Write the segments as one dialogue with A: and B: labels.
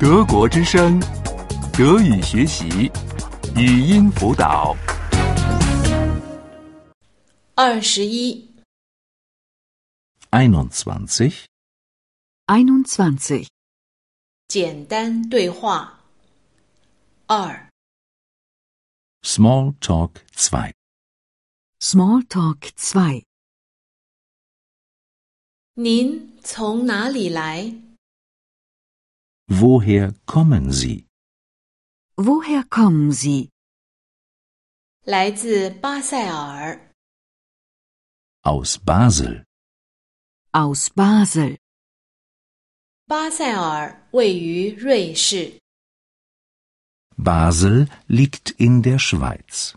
A: 德国之声，德语学习，语音辅导。
B: 二十一，
A: 21.
C: 21.
B: 简单对话。二，
A: Small Talk 2.
C: Smalltalk 2.
B: 您从哪里来？
A: Woher kommen Sie?
C: Woher kommen Sie?
B: 来自巴塞尔。
A: Aus Basel.
C: Aus Basel.
B: 巴塞尔位于瑞士，
A: Basel liegt in der Schweiz.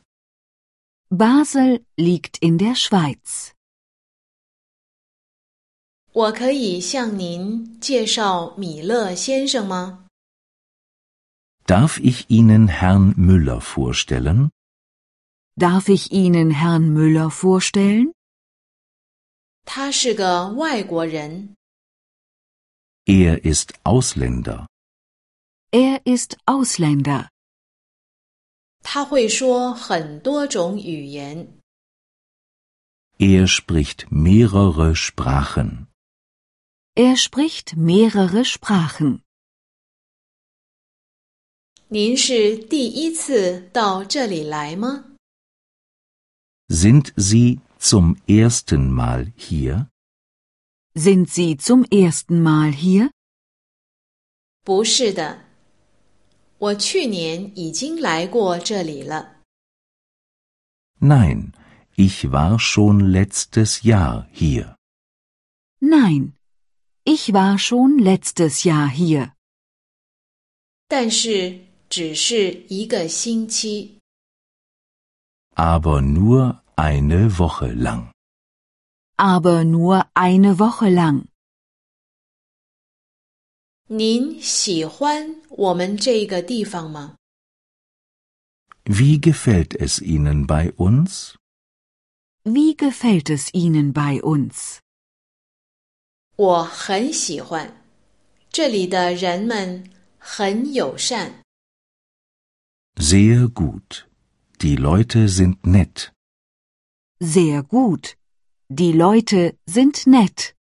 C: Basel liegt in der Schweiz.
B: 我可以向您介绍米勒先生吗？
A: Darf ich Ihnen Herrn Müller vorstellen?
C: Darf ich Ihnen Herrn Müller vorstellen?
B: 他是个外国人，
A: Er ist Ausländer.
C: Er ist Ausländer.
B: 他会说很多种语言。
A: Er spricht mehrere Sprachen.
C: Er spricht mehrere Sprachen.
B: 您是第一次到这里来吗？
A: Sind Sie zum ersten Mal hier?
C: Sind Sie zum ersten Mal hier?
B: 不是的，我去年已经来过这里了。
A: Nein, ich war schon letztes Jahr hier.
C: Nein. Ich war schon letztes Jahr hier,
B: 但是只是一个星期。
A: aber nur eine Woche lang.
C: aber nur eine Woche lang.
B: 您喜欢我们这个地方吗？
A: Wie gefällt es Ihnen bei uns?
C: Wie gefällt es Ihnen bei uns?
B: 我很喜欢，这里的人们很友善，
A: Sehr gut. Die Leute sind nett.
C: Sehr gut. Die Leute sind nett.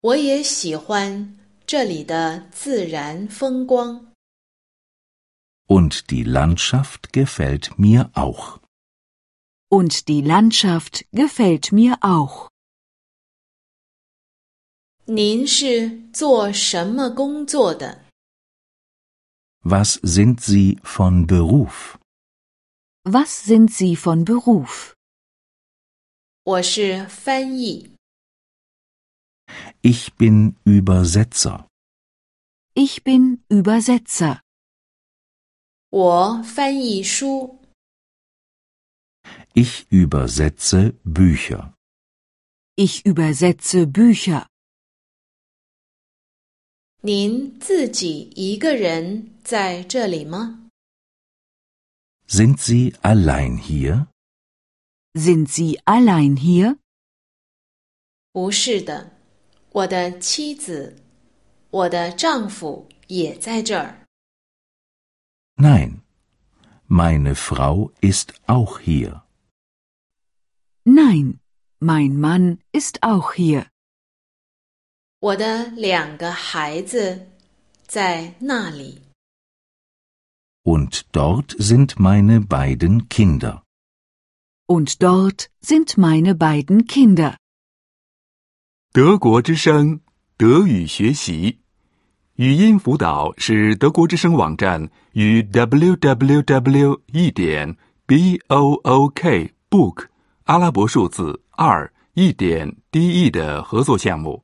B: 我也喜欢这里的自然风光。
A: Und die Landschaft gefällt mir auch.
C: Und die Landschaft gefällt mir auch.
B: 您是做什么工作的？
A: Was sind Sie von Beruf?
C: Was sind Sie von Beruf?
B: 我是翻译，
A: Ich bin Übersetzer.
C: Ich bin Übersetzer.
B: 我翻译书，
A: Ich übersetze Bücher.
C: Ich übersetze Bücher.
B: 您自己一个人在这里吗？
A: Sind Sie allein hier?
C: Sind Sie allein hier?
B: 不是的，我的妻子，我的丈夫也在这儿。
A: Nein. Meine Frau ist auch hier.
C: Nein, mein Mann ist auch hier.
B: 我的两个孩子在那里，
A: Und dort sind meine beiden Kinder.
C: Und dort sind meine beiden Kinder.
A: 德国之声，德语学习，语音辅导是德国之声网站与 www. 一点 b o o k book 阿拉伯数字二一点 d e 的合作项目。